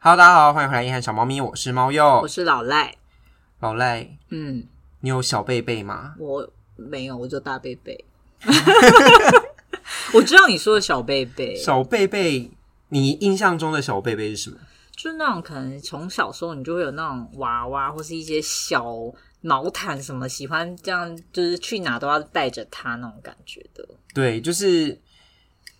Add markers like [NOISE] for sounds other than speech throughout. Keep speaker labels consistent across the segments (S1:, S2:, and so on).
S1: Hello，大家好，欢迎回来《硬汉小猫咪》，我是猫
S2: 我
S1: 鼬。
S2: 是老赖，
S1: 老赖，
S2: 嗯，
S1: 你有小贝贝吗？
S2: 我没有，我就大贝贝。 [LAUGHS] 我知道你说的小贝贝，
S1: 小贝贝，你印象中的小贝贝是什么？
S2: 就是那种可能从小时候你就会有那种娃娃或是一些小毛毯什么，喜欢这样，就是去哪都要带着它那种感觉的，
S1: 对，就是《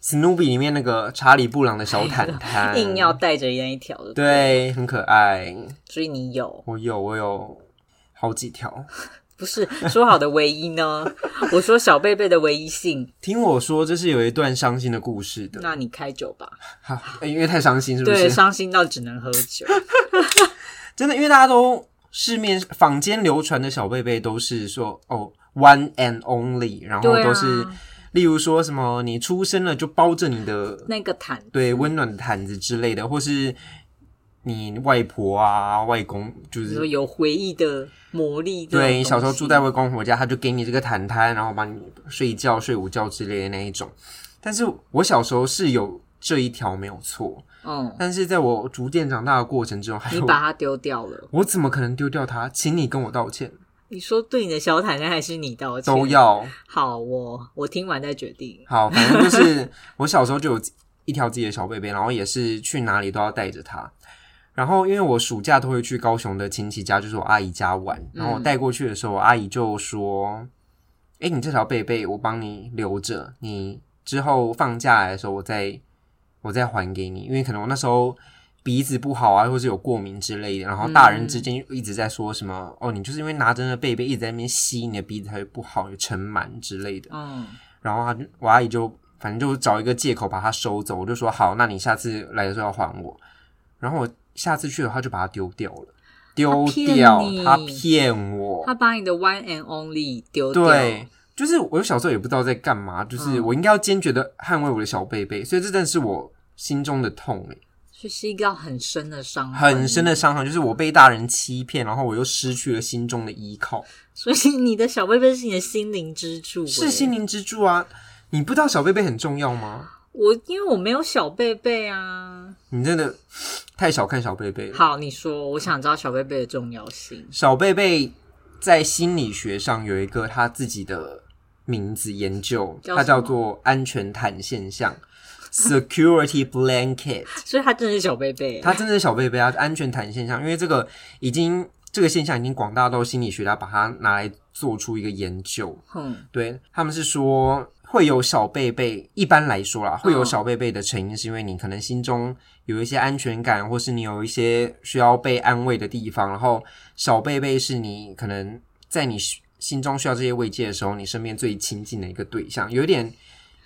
S1: 史努比》里面那个查理布朗的小毯毯，
S2: [LAUGHS] 硬要带着那一条的。，
S1: 哎对，很可爱。
S2: 所以你有
S1: 我有，我有好几条。
S2: 不是说好的唯一呢？
S1: [LAUGHS]
S2: 我说小贝贝的唯一性，
S1: 听我说，这是有一段伤心的故事的，
S2: 那你开酒吧。
S1: 哈因为太伤心，是不
S2: 对，
S1: 是？
S2: 伤心到只能喝酒。
S1: 真的，因为大家都市面坊间流传的小贝贝都是说哦，one and only，然后
S2: 对啊
S1: 都是、例如说什么你出生了就包着你的
S2: 那个毯子
S1: 对温暖的毯子之类的，或是你外婆啊、外公，就
S2: 你说
S1: 是
S2: 有回忆的魔力这种东西。
S1: 对你小时候住在外公婆家，他就给你这个毯毯，然后帮你睡觉、睡午觉之类的那一种。但是我小时候是有这一条没有错，
S2: 嗯，
S1: [LAUGHS] 但是在我逐渐长大的过程中，还
S2: 你
S1: 有
S2: 把它丢掉了。
S1: 我怎么可能丢掉它？请你跟我道歉，
S2: 你说对你的小毯毯还是你道歉？
S1: 都要
S2: 好哦，我听完再决定。
S1: 好，反正就是 [LAUGHS] 我小时候就有一条自己的小贝贝，然后也是去哪里都要带着它。然后因为我暑假都会去高雄的亲戚家，就是我阿姨家玩。然后我带过去的时候，我阿姨就说：“哎、你这条贝贝我帮你留着，你之后放假来的时候，我再我再还给你。因为可能我那时候鼻子不好啊，或是有过敏之类的。然后大人之间一直在说什么、哦，你就是因为拿着那贝贝一直在那边吸，你的鼻子才会不好，有尘螨之类的。”
S2: 嗯，
S1: 然后他就我阿姨就反正就找一个借口把它收走，我就说好，那你下次来的时候要还我。然后我下次去的话就把它丢掉了，丢掉
S2: 他骗，你
S1: 他骗我，
S2: 他把你的 one and only 丢掉。
S1: 对，，就是我小时候也不知道在干嘛，就是
S2: 嗯
S1: 我应该要坚决的捍卫我的小贝贝，所以这真的是我心中的痛、欸，
S2: 这是一个很深的伤，
S1: 很深。的伤痕，就是我被大人欺骗，然后我又失去了心中的依靠，
S2: 所以你的小贝贝是你的心灵支柱、欸
S1: 是心
S2: 灵。
S1: 灵支柱啊！你不知道小贝贝很重要吗？
S2: 我因为我没有小贝贝啊。
S1: 你真的太小看小贝贝了。
S2: 好，你说，我想知道小贝贝的重要性。
S1: 小贝贝在心理学上有一个他自己的名字研究，
S2: 叫什么
S1: 它叫做安全毯现象 （security blanket）。
S2: [LAUGHS] 所以他真的是小贝贝。欸
S1: 它真的是小贝贝啊，安全毯现象，因为这个已经这个现象已经广大到心理学家把它拿来做出一个研究。
S2: 哼，
S1: 对，他们是说会有小贝贝，一般来说啦，会
S2: 嗯
S1: 有小贝贝的成因是因为你可能心中有一些安全感，或是你有一些需要被安慰的地方，然后小贝贝是你可能在你需心中需要这些慰藉的时候，你身边最亲近的一个对象，有一点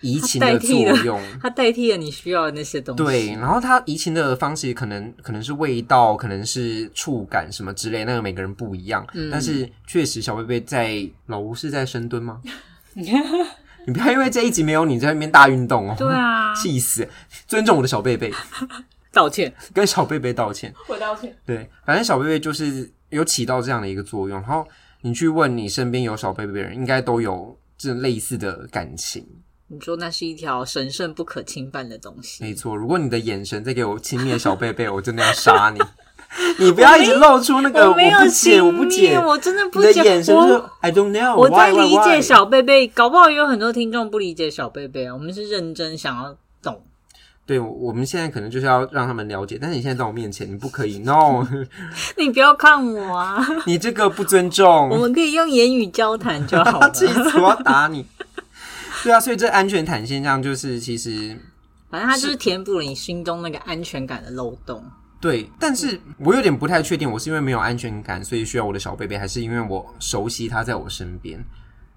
S1: 移情
S2: 代
S1: 的作
S2: 替了
S1: 用。
S2: 他代替了你需要的那些东西。
S1: 对，然后他移情的方式可能可能是味道，可能是触感什么之类，那个每个人不一样。
S2: 嗯
S1: 但是确实，小贝贝在老吴是在深蹲吗？
S2: [LAUGHS]
S1: 你不要因为这一集没有你在那边大运动哦，
S2: 对，
S1: [LAUGHS]
S2: 啊，
S1: 气死！尊重我的小贝贝，
S2: 道歉，
S1: 跟小贝贝道歉。
S2: [LAUGHS] 我道歉。
S1: 对，反正小贝贝就是有起到这样的一个作用。然后你去问你身边有小贝贝的人，应该都有这类似的感情。
S2: 你说那是一条神圣不可侵犯的东西，
S1: 没错，如果你的眼神在给我轻蔑小贝贝，我真的要杀你！ [LAUGHS] 你不要一直露出那个
S2: 我没有
S1: 不解，
S2: 轻
S1: 我不解，
S2: 蔑我真的不
S1: 你的
S2: 解
S1: 眼神
S2: 我
S1: 是 I don't know，
S2: 我在
S1: why, why,
S2: 理
S1: why
S2: 解小贝贝，搞不好也有很多听众不理解小贝贝啊。我们是认真想要懂， [LAUGHS]
S1: 对，我我们现在可能就是要让他们了解，但是你现在在我面前，你不可以，no，
S2: [LAUGHS] 你不要看
S1: [LAUGHS]
S2: 我啊，
S1: 你这个不尊
S2: 我
S1: 重， [LAUGHS]
S2: 们可以用言语交谈就好了。
S1: 气死我要打你。对啊，所以这安全毯现象就是其实
S2: 反正它就是填补了你心中那个安全感的漏洞。
S1: 对，但是我有点不太确定，我是因为没有安全感，所以需要我的小贝贝，还是因为我熟悉他在我身边？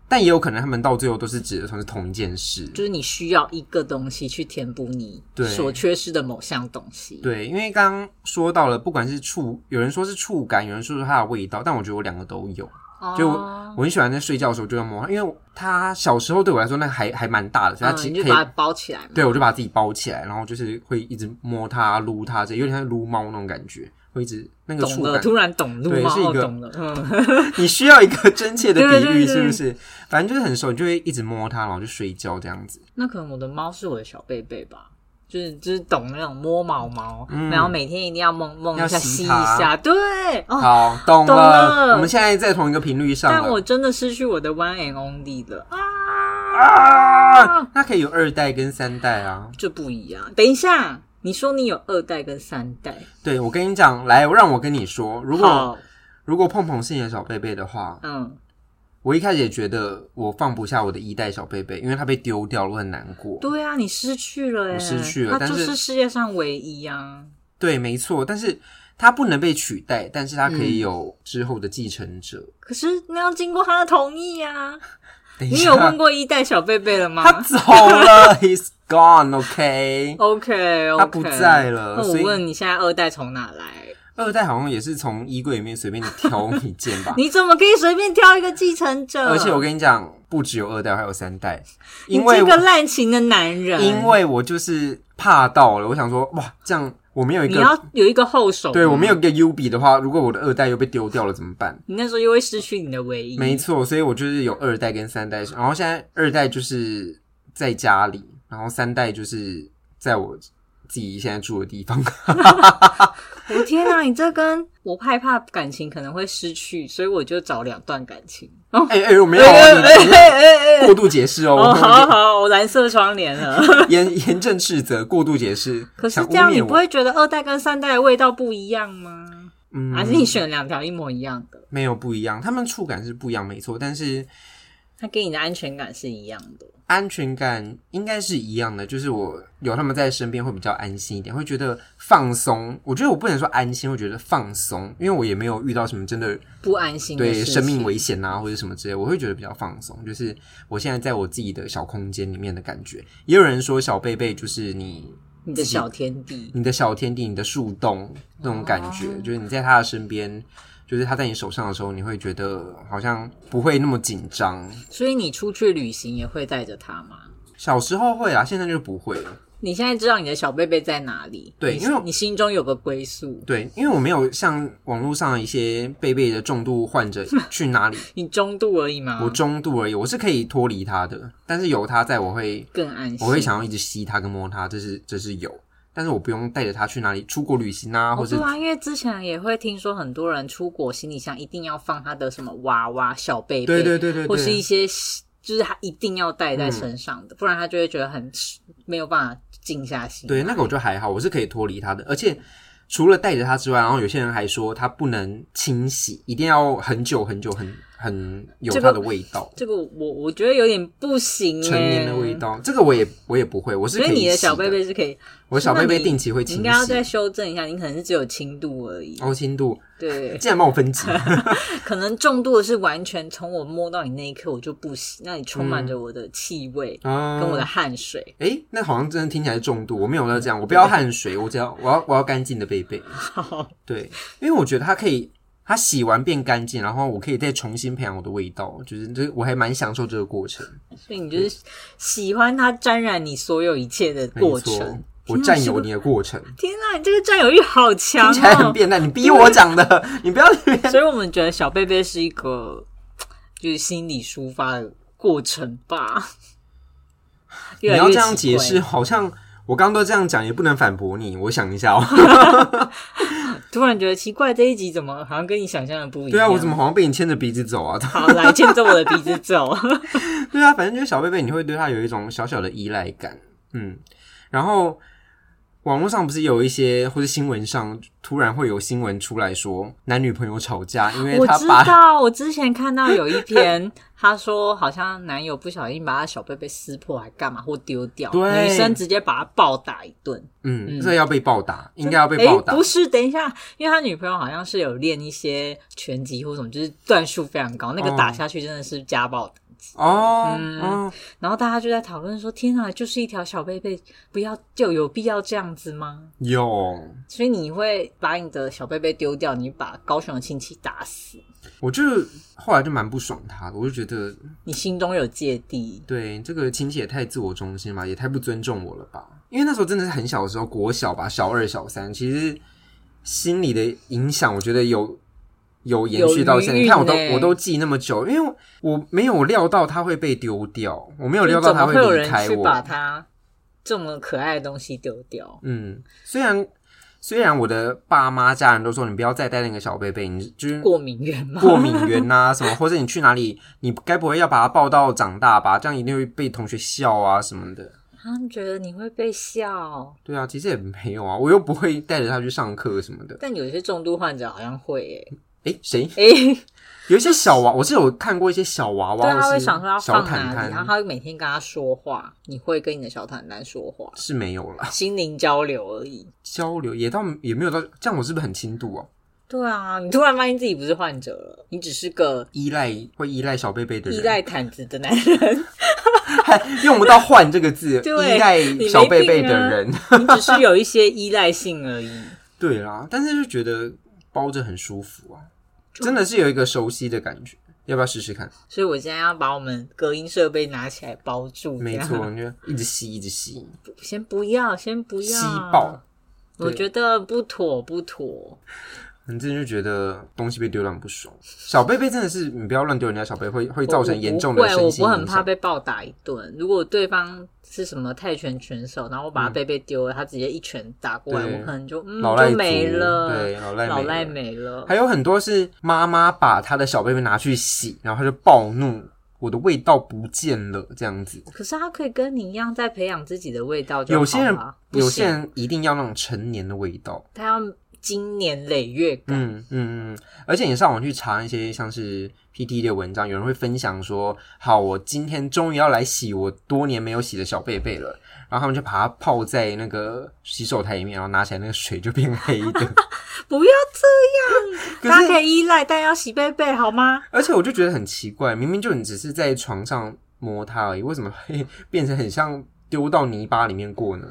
S1: 但也有可能他们到最后都是指的同是同一件事。
S2: 就是你需要一个东西去填补你
S1: 对
S2: 所缺失的某项东西。
S1: 对，因为刚刚说到了，不管是触，有人说是触感，有人说是它的味道，但我觉得我两个都有。
S2: 哦，
S1: 就我很喜欢在睡觉的时候就要摸它，因为他小时候对我来说那还还蛮大的，所以它
S2: 嗯，
S1: 其
S2: 你
S1: 实可
S2: 就把它
S1: 以。
S2: 包起来嘛。
S1: 对，我就把自己包起来，然后就是会一直摸它、撸它，这有点像撸猫那种感觉，会一直那个
S2: 懂
S1: 触
S2: 了，
S1: 感。
S2: 突然懂路
S1: 对
S2: 吗？
S1: 是一
S2: 哦
S1: 个
S2: 懂了，嗯。
S1: 你需要一个真切的比喻，
S2: 对对对
S1: 是不是？反正就是很熟，你就会一直摸它，然后就睡觉这样子。
S2: 那可能我的猫是我的小贝贝吧，就是就是懂那种摸毛毛，
S1: 嗯
S2: 然后每天一定要梦梦
S1: 要
S2: 一下
S1: 洗
S2: 吸一
S1: 它
S2: 下，对哦。
S1: 好，懂
S2: 懂了
S1: 我们现在在同一个频率上了。
S2: 但我真的失去我的 one and only 了啊！
S1: 啊，那可以有二代跟三代啊。
S2: 这不一样。等一下，你说你有二代跟三代，
S1: 对，我跟你讲，来，让我跟你说，如果
S2: 好，
S1: 如果碰碰是你的小贝贝的话，
S2: 嗯，
S1: 我一开始也觉得我放不下我的一代小贝贝，因为它被丢掉了，我很难过。
S2: 对啊，你失去了、欸，
S1: 我失去了
S2: 它
S1: 但
S2: 就是是世界上唯一啊。
S1: 对，没错，但是它不能被取代，但是它可
S2: 嗯
S1: 以有之后的继承者。
S2: 可是那要经过他的同意啊！
S1: 等一
S2: 你有问
S1: 下，
S2: 过一代小贝贝了吗
S1: 他走了 [LAUGHS] ，He's gone，OK、
S2: ？OK，, o k
S1: 他不在了
S2: 那我
S1: 所以
S2: 问你，现在二代从哪来？。
S1: 二代好像也是从衣柜里面随便挑一件吧 [LAUGHS]
S2: [LAUGHS] 你怎么可以随便挑一个继承者？
S1: 而且我跟你讲，不只有二代，还有三代，
S2: 你
S1: 因为
S2: 这
S1: 我
S2: 个滥情的男人，
S1: 因为我就是怕到了，我想说，哇，这样我没有一
S2: 你要
S1: 个，
S2: 有一个后手。
S1: 对我没有一个 U B 的话，如果我的二代又被丢掉了怎么办？
S2: 你那时候又会失去你的唯一。
S1: 没错，所以我就是有二代跟三代，然后现在二代就是在家里，然后三代就是在我自己现在住的地
S2: [LAUGHS]
S1: 方。
S2: 我天啊，你这跟我害怕感情可能会失去，所以我就找两段感情。哦，
S1: 哎哎、我 [LAUGHS] 没有啊，
S2: [LAUGHS]
S1: 你
S2: 哎哎哎
S1: 过度解释
S2: 哦，
S1: 哦，
S2: 好好，我蓝色窗帘
S1: [LAUGHS]
S2: 了。
S1: 严严正斥责，过度解释，
S2: 可是
S1: 想污
S2: 这样你
S1: 蔑
S2: 不
S1: 我。
S2: 会觉得二代跟三代的味道不一样吗？
S1: 嗯
S2: 还是你选两条一模一样的，
S1: 没有不一样，他们触感是不一样，没错，但是
S2: 它给你的安全感是一样的？
S1: 安全感应该是一样的，就是我有他们在身边会比较安心一点，会觉得放松。我觉得我不能说安心，会觉得放松，因为我也没有遇到什么真的
S2: 不安心的
S1: 对
S2: 事情
S1: 生命危险啊或者什么之类，我会觉得比较放松。就是我现在在我自己的小空间里面的感觉。也有人说小贝贝就是你
S2: 你的小天地。
S1: 你的小天地，你的树洞那种感觉，
S2: 哦
S1: 就是你在他的身边。就是他在你手上的时候，你会觉得好像不会那么紧张。
S2: 所以你出去旅行也会带着它吗？
S1: 小时候会啊，现在就不会了。
S2: 你现在知道你的小贝贝在哪里？
S1: 对
S2: 你
S1: 因为
S2: 你心中有个归宿，
S1: 对，因为我没有像网络上一些贝贝的重度患
S2: [LAUGHS]
S1: 者去哪里，
S2: 你中度而已吗？
S1: 我中度而已，我是可以脱离他的，但是有他在我会
S2: 更安心。
S1: 我会想要一直吸他跟摸他，这是这是有，但是我不用带着他去哪里出国旅行啊，或
S2: 哦，
S1: 者
S2: 对啊，因为之前也会听说很多人出国行李箱一定要放他的什么娃娃、小贝贝，
S1: 对对对对
S2: 或是一
S1: 对，
S2: 些就是他一定要带在身上
S1: 嗯
S2: 的，不然他就会觉得很没有办法静下心。
S1: 对那个我就还好，我是可以脱离他的，而且。除了带着他之外，然后有些人还说他不能清洗，一定要很久很久很很有
S2: 这个
S1: 它的味道，
S2: 这个我我觉得有点不行、欸，
S1: 成年的味。道。这个我也我也不会，我是
S2: 所
S1: 可
S2: 以你
S1: 洗
S2: 的
S1: 的
S2: 小贝，贝是可以，
S1: 我小贝
S2: 那
S1: 贝
S2: 你
S1: 定期会
S2: 你
S1: 清洗。哦
S2: 应该要再修正一下，你可能是只有轻度而已。
S1: 凹轻度，
S2: 对，
S1: 竟然帮我分
S2: [LAUGHS]
S1: 级，
S2: 可能重度的是完全从我摸到你那一刻我就不行，那里充满
S1: 嗯
S2: 着我的气味、
S1: 啊
S2: 跟我的汗水。
S1: 哎、那好像真的听起来是重度，我没有要这样，我不要汗水，我只要我要我要干净的贝贝。
S2: [LAUGHS] 好，
S1: 对，因为我觉得它可以，它洗完变干净，然后我可以再重新培养我的味道，就是这我还蛮享受这个过程。
S2: 所以你就是喜欢它沾染你所有一切的
S1: 没
S2: 过
S1: 错
S2: 程。，
S1: 我占有你的过程，
S2: 天啊，你这个占有欲好强
S1: 听起来
S2: 哦
S1: 很！变态，你逼我讲的，你不要在那边
S2: 所以我们觉得小贝贝是一个就是心理抒发的过程吧。
S1: [LAUGHS] 你
S2: 越来越
S1: 要这样
S2: 奇
S1: 解
S2: 怪
S1: 释，，好像我刚刚都这样讲，也不能反驳你。我想一
S2: [LAUGHS]
S1: 下哦，
S2: 啊突然觉得奇怪，这一集怎么好像跟你想象的不一样？
S1: 对啊，我怎么好像被你牵着鼻子走啊？ [LAUGHS]
S2: 好来牵着我的鼻子走？
S1: 对啊，反正就是小贝贝，你会对他有一种小小的依赖感，嗯。然后网络上不是有一些，或是新闻上突然会有新闻出来说男女朋友吵架，因为
S2: 我
S1: 他
S2: 知
S1: 把
S2: 道，我之前看到有一篇， [LAUGHS] 他说好像男友不小心把他小贝贝撕破，还干嘛或丢掉，
S1: 对
S2: 女生直接把他暴打一顿。
S1: 嗯，这要被暴打，应该要被
S2: 诶
S1: 暴打。
S2: 不是，等一下，因为他女朋友好像是有练一些拳击或什么，就是段数非常高，那
S1: 哦
S2: 个打下去真的是家暴。
S1: 哦，
S2: 嗯
S1: 哦，
S2: 然后大家就在讨论说：“天啊，就是一条小贝贝，不要就有必要这样子吗
S1: 有，？”
S2: 所以你会把你的小贝贝丢掉，你把高雄的亲戚打死，
S1: 我就后来就蛮不爽他的，我就觉得
S2: 你心中有芥蒂。
S1: 对这个亲戚也太自我中心吧，也太不尊重我了吧？因为那时候真的是很小的时候，国小吧，小二、小三，其实心理的影响，我觉得有有延续到现在。
S2: 有余韵
S1: 你看，我都
S2: 欸
S1: 我都记那么久，因为我没有料到他会被丢掉，我没有料
S2: 就
S1: 到
S2: 怎
S1: 他
S2: 么会有
S1: 离
S2: 人
S1: 开
S2: 去把
S1: 我。
S2: 它这么可爱的东西丢掉。
S1: 嗯，虽然虽然我的爸妈家人都说你不要再带那个小贝贝，你就是
S2: 过敏源 [LAUGHS] 吗？
S1: 嗯过敏源呐、什么，或者你去哪里，你该不会要把它抱到长大吧？这样一定会被同学笑啊什么的。
S2: 他们觉得你会被笑，
S1: 对啊，其实也没有啊，我又不会带着它去上课什么的。
S2: 但有些重度患者好像
S1: [LAUGHS]
S2: 会
S1: 诶，谁？
S2: 诶、诶，
S1: 有一些小娃，我是有看过一些小娃娃，
S2: 对，啊他
S1: 或
S2: 会
S1: 是
S2: 想说要
S1: 小
S2: 放
S1: 坦
S2: 哪里，啊然后
S1: 坦
S2: 他会每天跟他说话，你会跟你的小坦坦说
S1: [LAUGHS]
S2: 话，
S1: 是没有啦，
S2: 心灵交流而已。
S1: 交流也到也没有到这样，我是不是很轻度哦、
S2: 对啊，你突然发现自己不是患者了，你只是个
S1: 依赖会依赖小贝贝的人，
S2: 依赖毯子的男
S1: [LAUGHS]
S2: 人，
S1: 还 [LAUGHS] 用不到“换”这个字，
S2: [LAUGHS] 对
S1: 依赖小贝贝的人。
S2: 你啊只是有一些依赖性而已。
S1: 对啦，但是就觉得包着很舒服
S2: [LAUGHS]
S1: 啊，真的是有一个熟悉的感觉。要不要试试看？
S2: 所以我现在要把我们隔音设备拿起来包住，
S1: 没
S2: 这
S1: 错，
S2: 样
S1: 你就一直吸，一直吸，
S2: 先啊不要，先不要
S1: 吸爆。。
S2: 我
S1: 对
S2: 觉得不妥，不妥。
S1: 你真的就觉得东西被丢乱不爽。小贝贝真的是，你不要乱丢人家小贝，会会造成严重的
S2: 我不
S1: 身
S2: 会，
S1: 心
S2: 我很
S1: 影
S2: 怕
S1: 响。
S2: 被暴打一顿。如果对方是什么泰拳拳手，然后我把他背背丢了，他直接一拳打过来，
S1: 嗯对
S2: 我可能就嗯
S1: 老赖
S2: 就没
S1: 族
S2: 了，
S1: 对，老赖
S2: 老
S1: 没
S2: 赖
S1: 了
S2: 没了。
S1: 还有很多是妈妈把她的小贝贝拿去洗，然后她就暴怒，我的味道不见了这样子。
S2: 可是他可以跟你一样在培养自己的味道就好
S1: 有
S2: 了，
S1: 些人
S2: 不
S1: 有些
S2: 行
S1: 人一定要那种成年的味道。
S2: 他要经年累月感。
S1: 嗯嗯嗯，而且你上网去查一些像是 PT 的文章，有人会分享说，好，我今天终于要来洗我多年没有洗的小贝贝了，然后他们就把它泡在那个洗手台里面，然后拿起来那个水就变黑的。 [LAUGHS]
S2: 不要这
S1: 可
S2: 样，大家
S1: 是
S2: 可以依赖，但要洗背背好吗？
S1: 而且我就觉得很奇怪，明明就你只是在床上摸它而已，为什么会变成很像丢到泥巴里面过呢？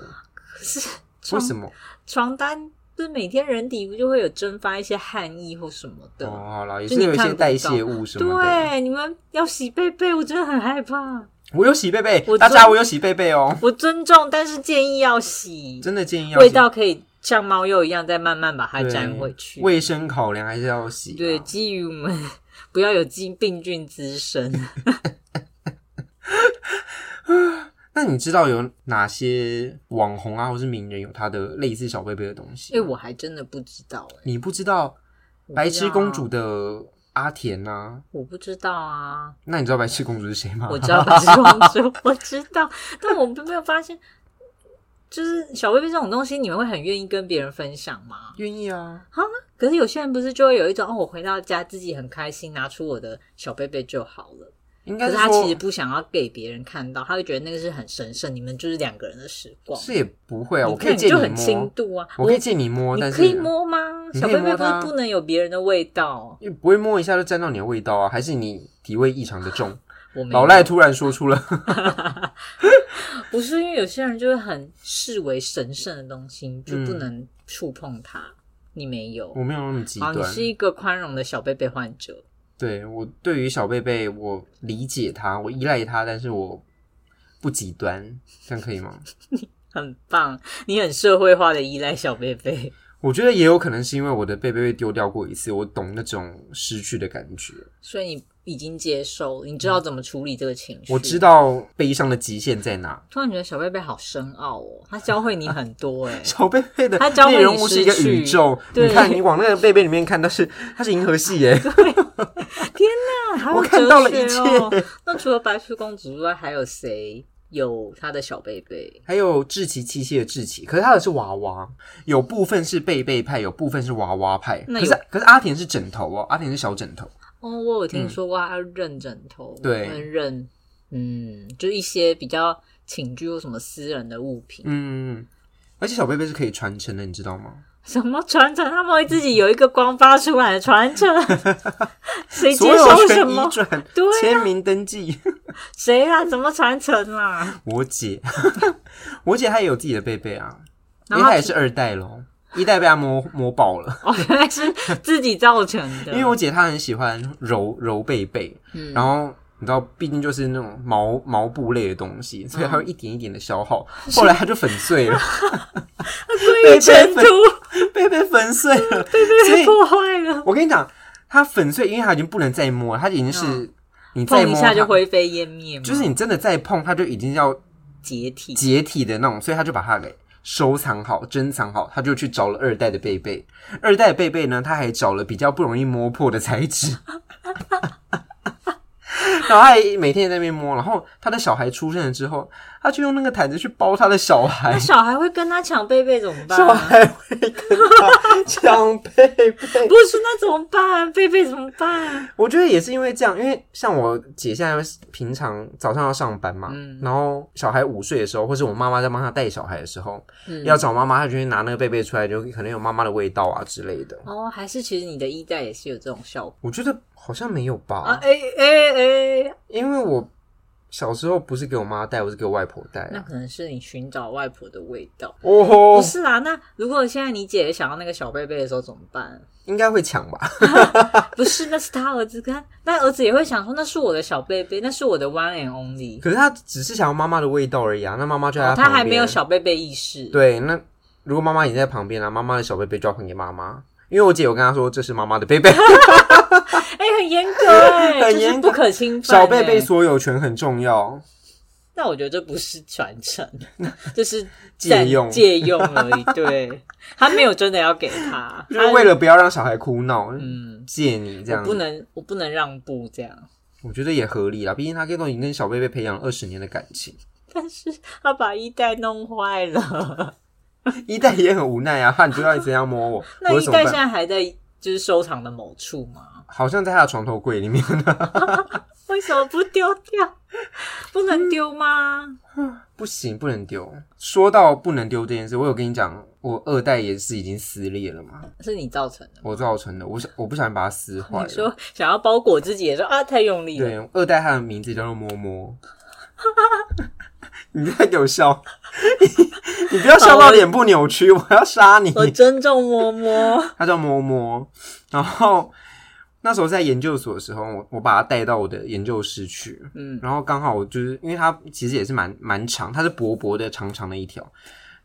S2: 可是
S1: 为
S2: 床
S1: 什么？
S2: 床单就是每天人体不就会有蒸发一些汗液或什么的？
S1: 哦，好啦，也
S2: 就是你
S1: 有一
S2: 看
S1: 些
S2: 不
S1: 代
S2: 到
S1: 谢物什么的。
S2: 对，你们要洗背背，我真的很害怕。
S1: 我有洗贝贝
S2: 我，
S1: 大
S2: 真
S1: 家我有洗贝贝哦，
S2: 我尊重，但是建议要洗，
S1: 真的建议要
S2: 味
S1: 洗
S2: 道可以像猫鼬一样再慢慢把它
S1: 对
S2: 粘回去。
S1: 卫生考量还是要洗、啊。
S2: 对，，基于我们不要有病病菌滋生， [LAUGHS]
S1: 那你知道有哪些网红啊，或是名人有他的类似小贝贝的东西？
S2: 因为我还真的不知道哎、
S1: 你不知道
S2: 我不知道啊
S1: 白痴公主的阿田呐、
S2: 我不知道啊，
S1: 那你知道白痴公主是谁吗？
S2: 我知道
S1: [LAUGHS]
S2: 白痴公主，我知道，但我没有发现，就是小贝贝这种东西，你们会很愿意跟别人分享吗？
S1: 愿意啊，
S2: 可是有些人不是就会有一种哦，我回到家自己很开心，拿出我的小贝贝就好了。
S1: 应
S2: 可
S1: 该
S2: 是他
S1: 说
S2: 其实不想要给别人看到，他会觉得那个是很神圣，你们就是两个人的时光。
S1: 是也不会啊，
S2: 你
S1: 我可以
S2: 看
S1: 借
S2: 就
S1: 你
S2: 很轻
S1: 摸，
S2: 度啊，
S1: 我可以借你摸，
S2: 你
S1: 但是
S2: 可以摸吗？
S1: 你
S2: 小
S1: 可以
S2: 贝贝
S1: 摸
S2: 不
S1: 它
S2: 是不能有别人的味道。
S1: 因为不会摸一下就沾到你的味道啊，还是你体味异常的重？
S2: 我没有
S1: 老赖突然说出了， [LAUGHS]
S2: 不是因为有些人就会很视为神圣的东西，你就
S1: 嗯
S2: 不能触碰它。你没有
S1: 我，没有那么极
S2: 好，
S1: 端
S2: 你。是一个宽容的小贝贝患者。
S1: 对我对于小贝贝，我理解他，我依赖他，但是我不极端，这样可以吗？
S2: 很棒，你很社会化的依赖小贝贝。
S1: 我觉得也有可能是因为我的贝贝被丢掉过一次，我懂那种失去的感觉。
S2: 所以你已经接受了，你知道怎么处理这个情绪。
S1: 嗯我知。道悲伤的极限在哪。
S2: 突然觉得小贝贝好深奥哦，他教会你很多
S1: [LAUGHS]
S2: 哎、
S1: 小贝贝的
S2: 它教会你
S1: 内容物是一个
S2: 失去
S1: 宇宙，
S2: 对
S1: 你看你往那个贝贝里面看，它是它是银河系耶，
S2: 天哪，还有
S1: 我看到了
S2: 哲学哦。 [LAUGHS] 那除了白雪公主之外，还有谁有他的小贝贝？
S1: 还有志奇器械的志奇，可是它的是娃娃，有部分是贝贝派，有部分是娃娃派。
S2: 那
S1: 可
S2: 有
S1: 是可是阿田是枕头哦，阿田是小枕头。
S2: 哦，我有听说过他要认枕头，
S1: 嗯对
S2: 跟认嗯，就一些比较寝具或什么私人的物品，
S1: 嗯，而且小贝贝是可以传承的，你知道吗？
S2: 什么传承，他们会自己有一个光发出来的传
S1: [LAUGHS]
S2: 承，谁接
S1: 所有
S2: 受
S1: 权
S2: 什
S1: 移
S2: 么？
S1: 转、
S2: 对啊
S1: 签名登记，
S2: 谁啊？怎么传承啊？
S1: 我姐， [LAUGHS] 我姐她也有自己的贝贝啊，因
S2: 然
S1: 为
S2: 后她
S1: 她也是二代咯，一代被她摸摸爆了。
S2: 哦，原来是自己造成的。
S1: 因为我姐她很喜欢揉揉贝贝，
S2: 啊嗯
S1: 然后你知道，毕竟就是那种毛毛布类的东西，所以它会一点一点的消耗，后来它就粉碎
S2: [LAUGHS]
S1: 了，
S2: 对尘土
S1: 贝贝粉碎
S2: [LAUGHS]
S1: 了，所
S2: 被
S1: 以
S2: 破坏了，
S1: 我跟你讲，它粉碎，因为它已经不能再 [LAUGHS] 摸了，它已经是、你再
S2: 嗯碰一
S1: 摸
S2: 下就
S1: 它
S2: 灰飞烟灭嘛。
S1: 就是你真的再碰，它就已经要
S2: 解体，
S1: 解体的那种，所以他就把它给收藏好、珍藏好，他就去找了二代的贝贝。二代贝贝呢，他还找了比较不容易摸破的材质， [LAUGHS] 然后他还每天也在那边摸。然后他的小孩出生了之后，他就用那个毯子去包他的小
S2: 那
S1: 孩，
S2: 小孩会跟他抢贝贝怎么办？啊
S1: 小孩会跟他抢贝贝。
S2: 不是那怎么办？贝贝怎么办？
S1: 我觉得也是因为这样，因为像我姐现在平常早上要上班嘛，
S2: 嗯
S1: 然后小孩午睡的时候，或是我妈妈在帮她带小孩的时候，
S2: 嗯
S1: 要找妈妈，她就会拿那个贝贝出来，就可能有妈妈的味道啊之类的。
S2: 哦，还是其实你的一代也是有这种效果
S1: 我觉得好像没有吧，
S2: 啊？哎哎哎，
S1: 因为我小时候不是给我妈带，我是给我外婆带
S2: 那
S1: 啊。
S2: 可能是你寻找外婆的味道。
S1: 哦吼
S2: 不，是啊，那如果现在你姐想要那个小贝贝的时候怎么办？ [LAUGHS]
S1: 应该会抢吧？
S2: 不是，那是他儿子跟他，那儿子也会想说，那是我的小贝贝，那是我的 one and only。
S1: 可是她只是想要妈妈的味道而已啊。那妈妈就在
S2: 哦
S1: 她
S2: 他
S1: 旁边，
S2: 还没有小贝贝意识。，
S1: 对。那如果妈妈也在旁边啊，妈妈的小贝贝就要还给妈妈，因为我姐有跟她说这是妈妈的贝
S2: [LAUGHS]
S1: 贝。
S2: 哎、很严格
S1: [LAUGHS]
S2: 哎、
S1: 很
S2: 这
S1: 严
S2: 是
S1: 格
S2: 不可侵犯、
S1: 小贝贝，所有权很重要，
S2: 那我觉得这不是传
S1: [LAUGHS]
S2: 承，这是
S1: 借用
S2: 借用而
S1: [LAUGHS]
S2: 已。对，他没有真的要给他，
S1: 就是
S2: 他
S1: 为了不要让小孩哭闹，
S2: 嗯，
S1: 借你这
S2: 我
S1: 样
S2: 不
S1: 子，
S2: 能，我不能让步这样。
S1: 我觉得也合理啦。毕竟他跟都已经跟小贝贝培养了二十年的感情，
S2: 但是他把一代弄坏
S1: [LAUGHS]
S2: 了，
S1: 一代也很无奈啊，怕你不知道你怎样摸我，我
S2: [LAUGHS] 那
S1: 会
S2: 一
S1: 怎么
S2: 代现
S1: 办？
S2: 在还在就是收藏的某处吗？
S1: 好像在他的床头柜里面 [LAUGHS] 呢，
S2: 为什么不丢掉？ [LAUGHS] 不能丢吗？
S1: 不行，不能丢。说到不能丢这件事，我有跟你讲，我二代也是已经撕裂了嘛，
S2: 是你造成的吗。
S1: 我造成的，我想我不小心把它撕坏
S2: 你
S1: 了。
S2: 说想要包裹自己也说啊，太用力了。
S1: 对，二代他的名字叫做摸摸。 [LAUGHS] 你在给我笑， [LAUGHS] 你你不要笑到脸部扭曲，我要杀你！
S2: 我尊重摸摸，
S1: 他叫摸摸。然后那时候在研究所的时候，我我把他带到我的研究室去，
S2: 嗯，
S1: 然后刚好我就是因为它其实也是蛮蛮长，它是薄薄的长长的一条。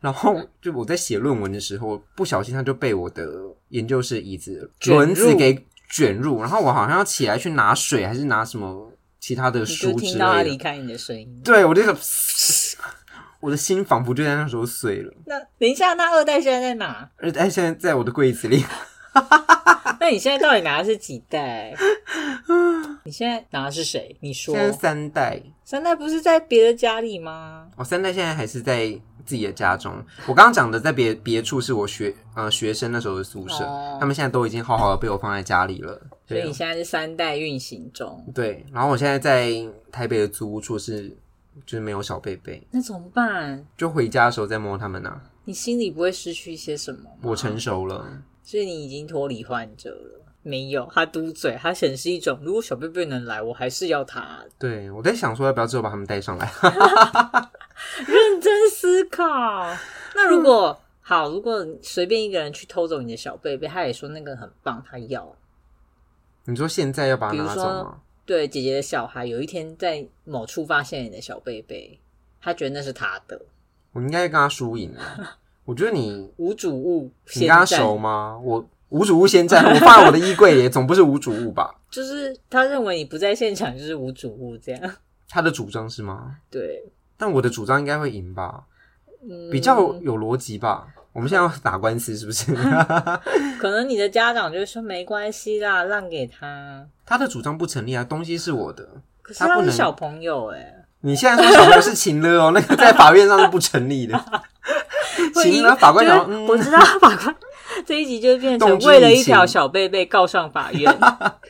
S1: 然
S2: 嗯
S1: 后就我在写论文的时候，不小心它就被我的研究室椅子
S2: 卷入
S1: 轮子给卷入，然后我好像要起来去拿水，还是拿什么其他的
S2: 你就
S1: 书之
S2: 听到他
S1: 类
S2: 离
S1: 的。
S2: 开你的声音。
S1: 对我这个，我的心仿佛就在那时候碎了。
S2: 那等一下，那二代现在在哪？
S1: 而且哎现在在我的柜子里，
S2: 那你现在到底拿的是几代？你现在拿的是谁？你说
S1: 现在三代，
S2: 三代不是在别的家里吗？
S1: 我、哦三代现在还是在自己的家中。我刚刚讲的在别别处是我学呃学生那时候的宿舍，
S2: 哦
S1: 他们现在都已经好好的被我放在家里了。
S2: 所以
S1: 对啊
S2: 你现在是三代运行中，
S1: 对，然后我现在在台北的租屋处是就是没有小贝贝，
S2: 那怎么办？
S1: 就回家的时候再摸他们呐、
S2: 你心里不会失去一些什么吗？
S1: 我成熟
S2: 哦
S1: 了，
S2: 所以你已经脱离患者了。没有，他嘟嘴，他显示一种如果小贝贝能来，我还是要他。
S1: 对我在想说要不要之后把他们带上来。 [LAUGHS]
S2: 认真思考。 [LAUGHS] 那如果、好，如果随便一个人去偷走你的小贝贝，他也说那个很棒，他要。
S1: 你说现在要把它拿走
S2: 比如
S1: 吗？
S2: 对姐姐的小孩，有一天在某处发现你的小贝贝，他觉得那是他的
S1: 我应该跟他输赢啊。我觉得
S2: [LAUGHS]
S1: 你
S2: 无主物
S1: 你
S2: 先
S1: 跟他
S2: 占
S1: 熟吗？我无主物先占，我放在我的衣柜里，总不是无主物吧？
S2: 就是他认为你不在现场就是无主物这样。 [LAUGHS]
S1: 他的主张是吗？
S2: 对，
S1: 但我的主张应该会赢吧，
S2: 嗯，
S1: 比较有逻辑吧。我们现在要打官司是不是？ [LAUGHS]
S2: 可能你的家长就会说没关系啦，让给他。
S1: 他的主张不成立啊，东西是我的。
S2: 可是
S1: 他不
S2: 他是
S1: 能
S2: 小朋友哎、
S1: 你现在说小朋友是情勒哦，那个在法院上是不成立
S2: [LAUGHS]
S1: 的。情勒，法官
S2: 就是
S1: 讲，嗯，
S2: 我知道法官 [LAUGHS] 这一集就变成
S1: 动之以
S2: 为了一条
S1: 情
S2: 小贝贝告上法
S1: [LAUGHS]
S2: 院，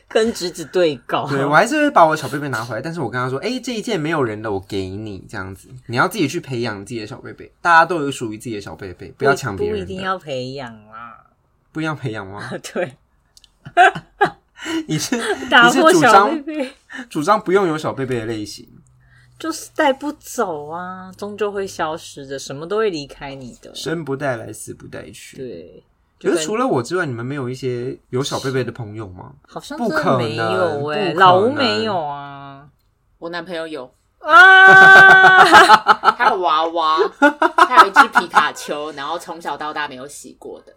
S2: 跟侄子对告。
S1: 嗯对
S2: [LAUGHS]
S1: 我还是会把我小贝贝拿回来，但是我跟他说，哎、这一件没有人的，我给你，这样子，你要自己去培养自己的小贝贝，大家都有属于自己的小贝贝，不要抢别
S2: 不
S1: 人
S2: 一
S1: 的，
S2: 定要培养啦。 [LAUGHS]
S1: 不一样培养吗？ [LAUGHS]
S2: 对，
S1: 你是
S2: 打
S1: 你是
S2: 破
S1: 主
S2: 小贝
S1: 张
S2: 贝 [LAUGHS]
S1: 主张不用有小贝贝的类型，
S2: 就是带不走啊，终究会消失的，什么都会离开你的。
S1: 生不带来，死不带去。
S2: 对，
S1: 可
S2: 就是
S1: 除了我之外，你们没有一些有小贝贝的朋友吗？
S2: 好像
S1: 不
S2: 真
S1: 可
S2: 的没有
S1: 能
S2: 哎、
S1: 不可
S2: 老吴
S1: 能
S2: 没
S1: [LAUGHS]
S2: 有啊
S3: 我男朋友有，
S1: [LAUGHS]
S2: 啊！
S3: 还有娃娃，还有一只皮卡丘，然后从小到大没有洗过的。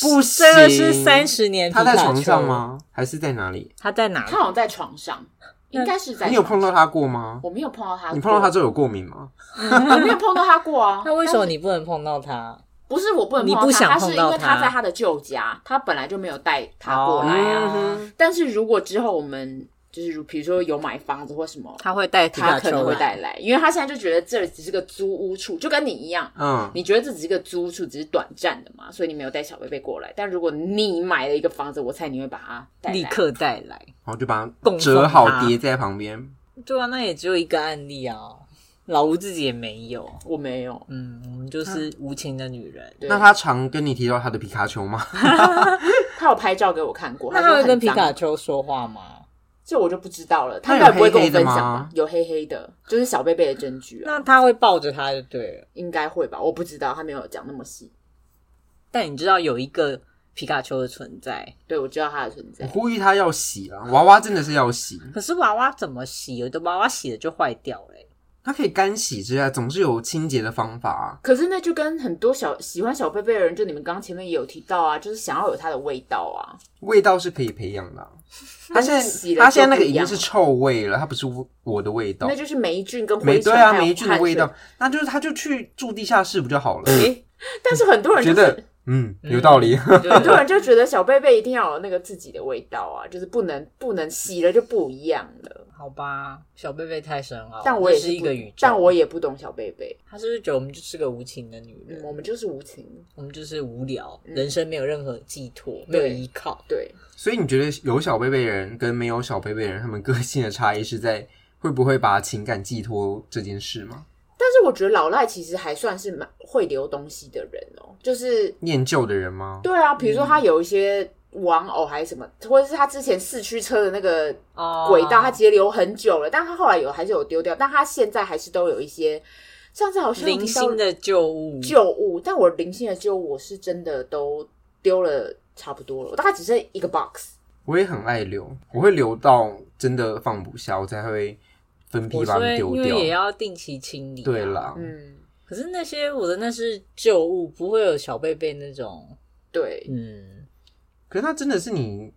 S1: 不行，
S2: 这个是三十年，
S1: 他在床上？吗？还是在哪里？
S2: 他在哪里
S3: 他？好像在床上，应该是在
S1: 你有
S3: 床
S1: 碰到
S3: 上，
S1: 他过吗？
S3: 我没有碰到他，
S1: 你碰到他之后有过敏吗？
S3: 后，我没有碰到他过啊。
S2: 那为什么你不能碰到他？
S3: 不是我不能碰
S2: 你不
S3: 到他，
S2: 想
S3: 他是
S2: 碰
S3: 因
S2: 到
S3: 为他
S2: 他
S3: 在他的旧家，他本来就没有带他过来啊。
S1: 嗯哼
S3: 但是如果之后我们就是比如说有买房子或什么，
S2: 他会带皮
S3: 他
S2: 卡
S3: 可能
S2: 丘
S3: 会
S2: 来，
S3: 带来，因为他现在就觉得这只是个租屋处，就跟你一样，
S1: 嗯，
S3: 你觉得这只是个租屋处，只是短暂的嘛，所以你没有带小贝贝过来。但如果你买了一个房子，我猜你会把它带来。
S2: 立刻带来。
S1: 然后就把它
S2: 供奉
S1: 折好
S2: 他
S1: 叠在旁边。
S2: 对啊，那也只有一个案例啊，老吴自己也没有。
S3: 我没有，
S2: 嗯，我们就是无情的女人。
S3: 对
S1: 那他常跟你提到他的皮卡丘吗？
S3: 他有拍照给我看过，
S2: 那
S3: 他
S2: 他
S3: 说
S2: 会
S3: 很
S2: 跟皮
S3: 脏
S2: 卡丘说话吗？
S3: 这我就不知道了，他
S1: 那
S3: 应该
S1: 有
S3: 不
S1: 黑
S3: 会跟我
S1: 黑的
S3: 分享吧
S1: 吗？
S3: 有黑黑的，就是小贝贝的证据啊， [LAUGHS]
S2: 那他会抱着他就对了。
S3: 应该会吧？我不知道，他没有讲那么细。
S2: 但你知道有一个皮卡丘的存在，
S3: 对，我知道他的存
S1: 我
S3: 在，
S1: 呼吁他要洗啊，娃娃真的是要洗，
S2: 可是娃娃怎么洗？有的娃娃洗了就坏掉了欸、
S3: [LAUGHS]
S1: 它可以干洗之外，总是有清洁的方法、啊。
S3: 可是那就跟很多小喜欢小贝贝的人，就你们刚前面也有提到啊，就是想要有它的味道啊。
S1: 味道是可以培养的
S3: [LAUGHS]
S1: 啊、他现
S3: 但是洗
S1: 在
S3: 了
S1: 他现在那
S3: 就
S1: 个
S3: 不
S1: 已
S3: 一样
S1: 经是臭味了，它不是我的味道
S3: 那。就是霉菌跟
S1: 霉
S3: 灰
S1: 对
S3: 尘
S1: 啊，
S3: 还有
S1: 霉菌的
S3: 汗
S1: 味
S3: 水
S1: 道。，那就是他就去住地下室不就好了？
S2: 诶、
S3: 但是很多人
S1: 嗯觉
S3: 就
S1: 得
S3: 是
S1: 嗯有道理， [LAUGHS]
S3: 很
S2: 啊
S3: 多人就觉得小贝贝一定要有那个自己的味道啊，就是不能不能洗了就不一样了。
S2: 好吧，小贝贝太深奥，
S3: 但我也
S2: 这是一
S3: 不
S2: 个宇宙。
S3: 但我也不懂小贝贝，
S2: 他是不是觉得我们就是个无情的女人？
S3: 嗯，我们就是无情。
S2: 我们就是无聊，
S3: 嗯
S2: 人生没有任何寄托，没有依靠。
S3: 对，
S1: 所以你觉得有小贝贝的人跟没有小贝贝的人，他们个性的差异是在会不会把情感寄托这件事吗？
S3: 但是我觉得老赖其实还算是蛮会留东西的人哦，就是
S1: 念旧的人吗？
S3: 对啊，比如说他有一些玩偶还是什么，或者是他之前四驱车的那个
S2: 哦
S3: 轨道，他截留很久了，但他后来有还是有丢掉，但他现在还是都有一些。上次好像有
S2: 零
S3: 提到
S2: 星的旧物，
S3: 旧物，但我零星的旧物我是真的都丢了差不多了，我大概只剩一个 box。
S1: 我也很爱留，我会留到真的放不下，我才会分批
S2: 我
S1: 把它
S2: 说
S1: 们丢
S2: 因为也
S1: 掉。
S2: 要定期清理、啊
S1: 对，啦，
S3: 嗯，
S2: 可是那些我的那是旧物，不会有小贝贝那种，
S3: 对，
S2: 嗯，
S1: 可是它真的是你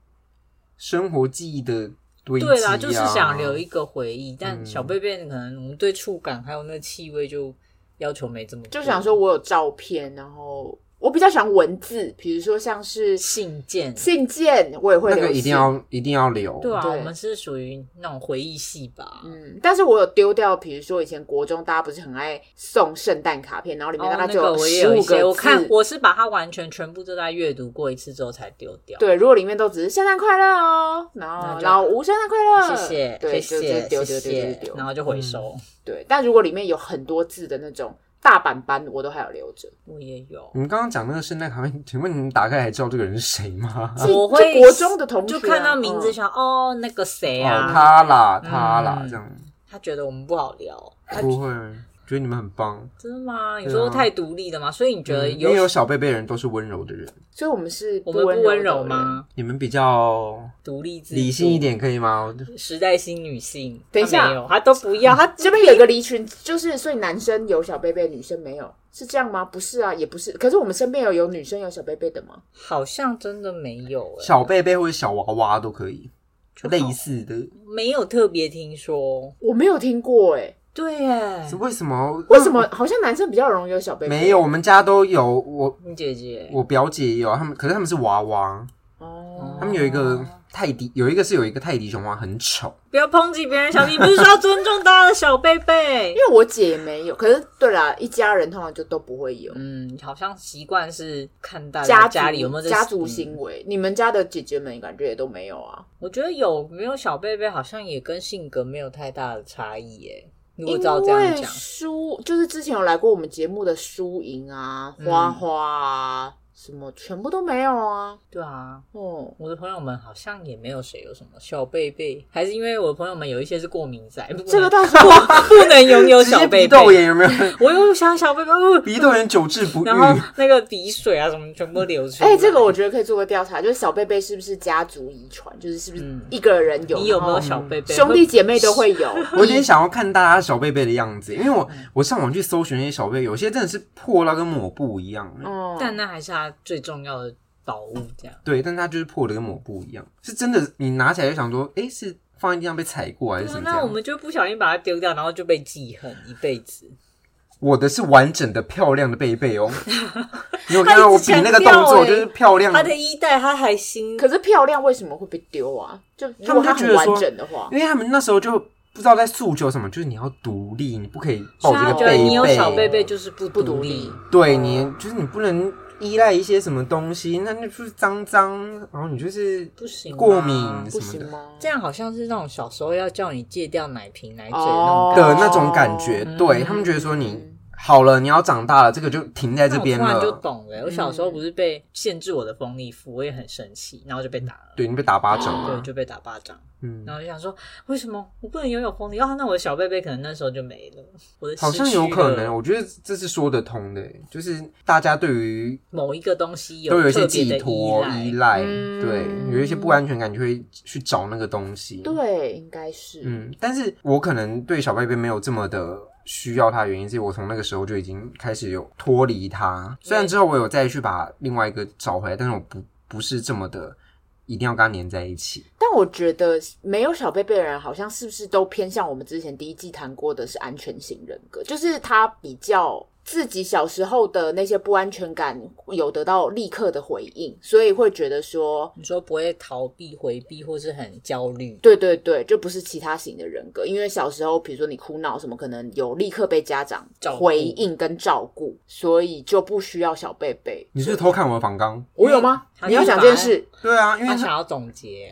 S1: 生活记忆的堆积、啊，
S2: 对啦，就是想留一个回忆。但
S1: 嗯
S2: 小贝贝可能我们对触感还有那气味就要求没这么多，
S3: 就想说我有照片，然后我比较喜欢文字，比如说像是
S2: 信件，
S3: 信件，我也会
S1: 那
S3: 留
S1: 个
S3: 信。
S1: 一定要一定要留。
S2: 对啊，
S3: 对
S2: 我们是属于那种回忆系吧。
S3: 嗯，但是我有丢掉，比如说以前国中大家不是很爱送圣诞卡片，然后里面
S2: 哦
S3: 大概
S2: 那
S3: 就
S2: 个我也
S3: 十
S2: 有一
S3: 五
S2: 些，
S3: 个
S2: 我看
S3: 字
S2: 我是把它完全全部都在阅读过一次之后才丢掉。
S3: 对，如果里面都只是圣诞快乐哦，然后
S2: 那就
S3: 老吴圣诞快乐，
S2: 谢谢，
S3: 嗯对，
S2: 谢
S3: 就就
S2: 谢，
S3: 丢
S2: 谢
S3: 丢丢丢丢
S2: 谢，然后就回收。
S3: 对，但如果里面有很多字的那种大版版，我都还有留着。
S2: 我也有
S1: 你，们刚刚讲那个圣 [LAUGHS] 诞卡片，请问你们打开来知道这个人是谁吗？
S3: 是
S2: 啊我会
S3: 就国中的同学啊
S2: 就看到名字
S3: 嗯
S2: 想哦，那个谁
S1: 哦，
S2: 啊，
S1: 他啦，他啦，
S2: 嗯
S1: 这样
S2: 他觉得我们不好聊，他
S1: 不会，觉得你们很棒。
S2: 真的吗？你
S1: 对啊
S2: 说太独立了吗？所以你觉得
S1: 嗯因为
S2: 有
S1: 有小贝贝的人都是温柔的人，
S3: 所以我们是
S2: 我们不温
S3: 温
S2: 柔
S3: 的人？
S2: 吗？
S1: 你们比较
S2: 独立自主
S1: 理性一，点可以吗？
S2: 时代新女性。
S3: 等一下
S2: 她没有，她都不
S1: [LAUGHS]
S2: 要，她
S3: 这边有一个离群，就是所以男生有小贝贝，女生没有，是这样吗？不是啊，也不是。可是我们身边有有女生有小贝贝的吗？
S2: 好像真的没有哎，
S1: 小贝贝或者小娃娃都可以，
S2: 就好嗯
S1: 类似的。
S2: 没有特别听说。
S3: 我没有听过哎、
S2: 对耶
S1: 是，为什么？
S3: 为什么好像男生比较容易有小贝贝？
S1: 没有？我们家都有，我
S2: 你姐姐
S1: 我表姐也有，他们可是他们是娃娃，
S3: 哦，
S1: 他们有一个泰迪，有一个是有一个泰迪熊娃很丑，
S2: 不要抨击别人小弟，你不是说要尊重大家的小贝贝 [LAUGHS]
S3: 因？为我姐也没有。可是对啦，一家人通常就都不会有。
S2: 嗯，好像习惯是看大
S3: 家
S2: 家
S3: 族
S2: 里有没有这
S3: 家族
S2: 嗯
S3: 行为？你们家的姐姐们感觉也都没有啊？
S2: 我觉得有没有小贝贝，好像也跟性格没有太大的差异耶。如果
S3: 因
S2: 照这样
S3: 为
S2: 讲，
S3: 输就是之前有来过我们节目的输赢啊、
S2: 嗯
S3: 花花啊，什么全部都没有啊。
S2: 对啊，
S3: 哦，
S2: 我的朋友们好像也没有谁有什么小贝贝，还是因为我的朋友们有一些是过敏仔，不能
S3: 这个到时候
S2: [LAUGHS] 不能拥有
S1: 直接
S2: 小
S1: 鼻
S2: 贝
S1: 窦
S2: 贝。
S1: 炎有没有？ [LAUGHS]
S2: 我又想小贝贝，
S3: 嗯
S2: 呃
S1: 鼻窦炎久治不愈
S2: 然。后那个鼻水啊什么全部都流出来。
S3: 哎、这个我觉得可以做个调查，就是小贝贝是不是家族遗传，就是是不是
S2: 嗯
S3: 一个人有，
S2: 你有没有
S3: 然后
S2: 小贝贝？
S3: 兄弟姐妹
S2: [LAUGHS]
S3: 都会有？
S1: [LAUGHS] 我有点想要看大家小贝贝的样子，因为我
S2: 嗯
S1: 我上网去搜寻那些小贝，有些真的是破到跟抹布一样，
S3: 嗯，
S2: 但那还是他最重要的宝物，这样。
S1: 对，但它就是破的跟抹布一样，是真的，你拿起来就想说，诶，是放在地上被踩过还是
S2: 对啊
S1: 什么这
S2: 那我
S1: 样。
S2: 们就不小心把它丢掉，然后就被记恨一辈子。
S1: 我的是完整的漂亮的贝贝
S2: [LAUGHS]
S1: 哦，你有看到我比那个动
S2: 他一直强调
S1: 作
S2: 欸
S1: 就是漂亮
S2: 他的衣带他还新，
S3: 可是漂亮为什么会被丢啊？就如
S1: 他
S3: 果
S1: 们就觉
S3: 它很
S1: 得说
S3: 完整的话，
S1: 因为他们那时候就不知道在诉求什么，就是你要独立，你不可以抱
S2: 所以
S1: 着
S2: 他
S1: 这
S2: 觉
S1: 个贝
S2: 得啊你有
S1: 贝，
S2: 小贝贝就是不
S3: 不
S2: 独
S3: 独
S2: 立
S3: 立。
S1: 对你就是你不能依赖一些什么东西，那那就是脏脏，然后你就是
S2: 不行吧
S1: 过敏
S3: 不
S1: 什么
S3: 行
S1: 的
S3: 吗？
S2: 这样好像是那种小时候要叫你戒掉奶瓶、奶嘴
S3: 哦
S2: 那种感觉。
S1: 的那种感觉。
S2: 哦
S1: 对他们觉得说你好了，你要长大了，这个就停在这边
S2: 那我突然就
S1: 了。
S2: 懂了、我小
S3: 嗯
S2: 时候不是被限制我的风力服，我也很生气，然后就被打了，
S1: 对啊你被打巴掌
S2: 对，
S1: 了，
S2: 就被打巴掌。
S1: 嗯
S2: 然，后就想说，为什么我不能拥有风力？哦，那我的小贝贝可能那时候就没了，我的
S1: 好像
S2: 失去
S1: 有可
S2: 了
S1: 能，我觉得这是说得通的，就是大家对于
S2: 某一个东西有
S1: 都有一些
S2: 特别的
S1: 寄托
S2: 依
S1: 依
S2: 赖。
S1: 赖，
S3: 嗯
S1: 对，有一些不安全感就会去找那个东西，
S3: 对，应该是。
S1: 嗯，但是我可能对小贝贝没有这么的需要它，原因是我从那个时候就已经开始有脱离它。虽然之后我有再去把另外一个找回来，但是我不不是这么的一定要跟它粘在一起。
S3: 但我觉得没有小贝贝的人，好像是不是都偏向我们之前第一季谈过的是安全型人格，就是他比较自己小时候的那些不安全感有得到立刻的回应，所以会觉得说，
S2: 你说不会逃避、回避，或是很焦虑，
S3: 对对对，就不是其他型的人格，因为小时候比如说你哭闹什么，可能有立刻被家长
S2: 照顾
S3: 回应跟照顾，所以就不需要小贝贝。
S1: 你是不是偷看我的仿纲？
S3: 我有吗
S2: 他？
S3: 你要讲这件事，
S1: 对啊，因为哦
S2: 他
S1: 它
S2: 想要总结。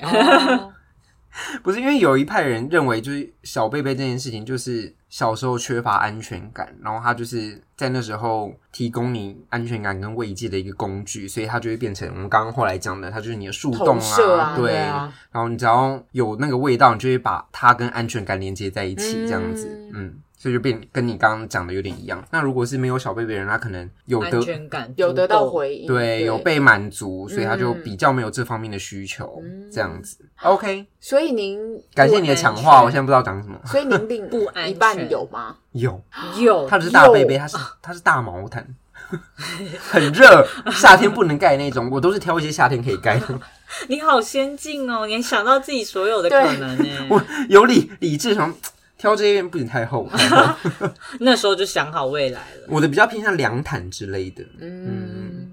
S1: 不是因为有一派人认为，就是小贝贝这件事情，就是小时候缺乏安全感，然后他就是在那时候提供你安全感跟慰藉的一个工具，所以他就会变成我们刚刚后来讲的，它就是你的树洞
S3: 投射啊，
S1: 对。
S3: 啊，
S1: 然后你只要有那个味道，你就会把它跟安全感连接在一起，
S3: 嗯
S1: 这样子，嗯。所以就变跟你刚刚讲的有点一样。那如果是没有小贝贝的人，他可能有
S2: 安
S1: 的
S2: 全感
S3: 有得到
S2: 足够
S3: 回应，
S1: 对有被满足，所以他就
S3: 嗯
S1: 比较没有这方面的需求，
S3: 嗯
S1: 这样子。OK，
S3: 所以您
S1: 感谢你的强
S2: 不安
S1: 化，
S2: 全
S1: 我现在不知道讲什
S2: [LAUGHS]
S1: 么。
S3: 所以您另
S2: 不安全
S3: 一半有吗？
S1: 有，
S2: 有
S1: 它不是大贝贝，它是它是大毛毯，很热，夏天不能盖那种。我都是挑一些夏天可以盖的。
S2: 你好先进哦，你还想到自己所有的可能欸呢。
S1: 我有理理智上挑这些不行太厚，太厚
S2: 那时候就想好未来了，
S1: 我的比较偏向凉毯之类的，
S3: 嗯，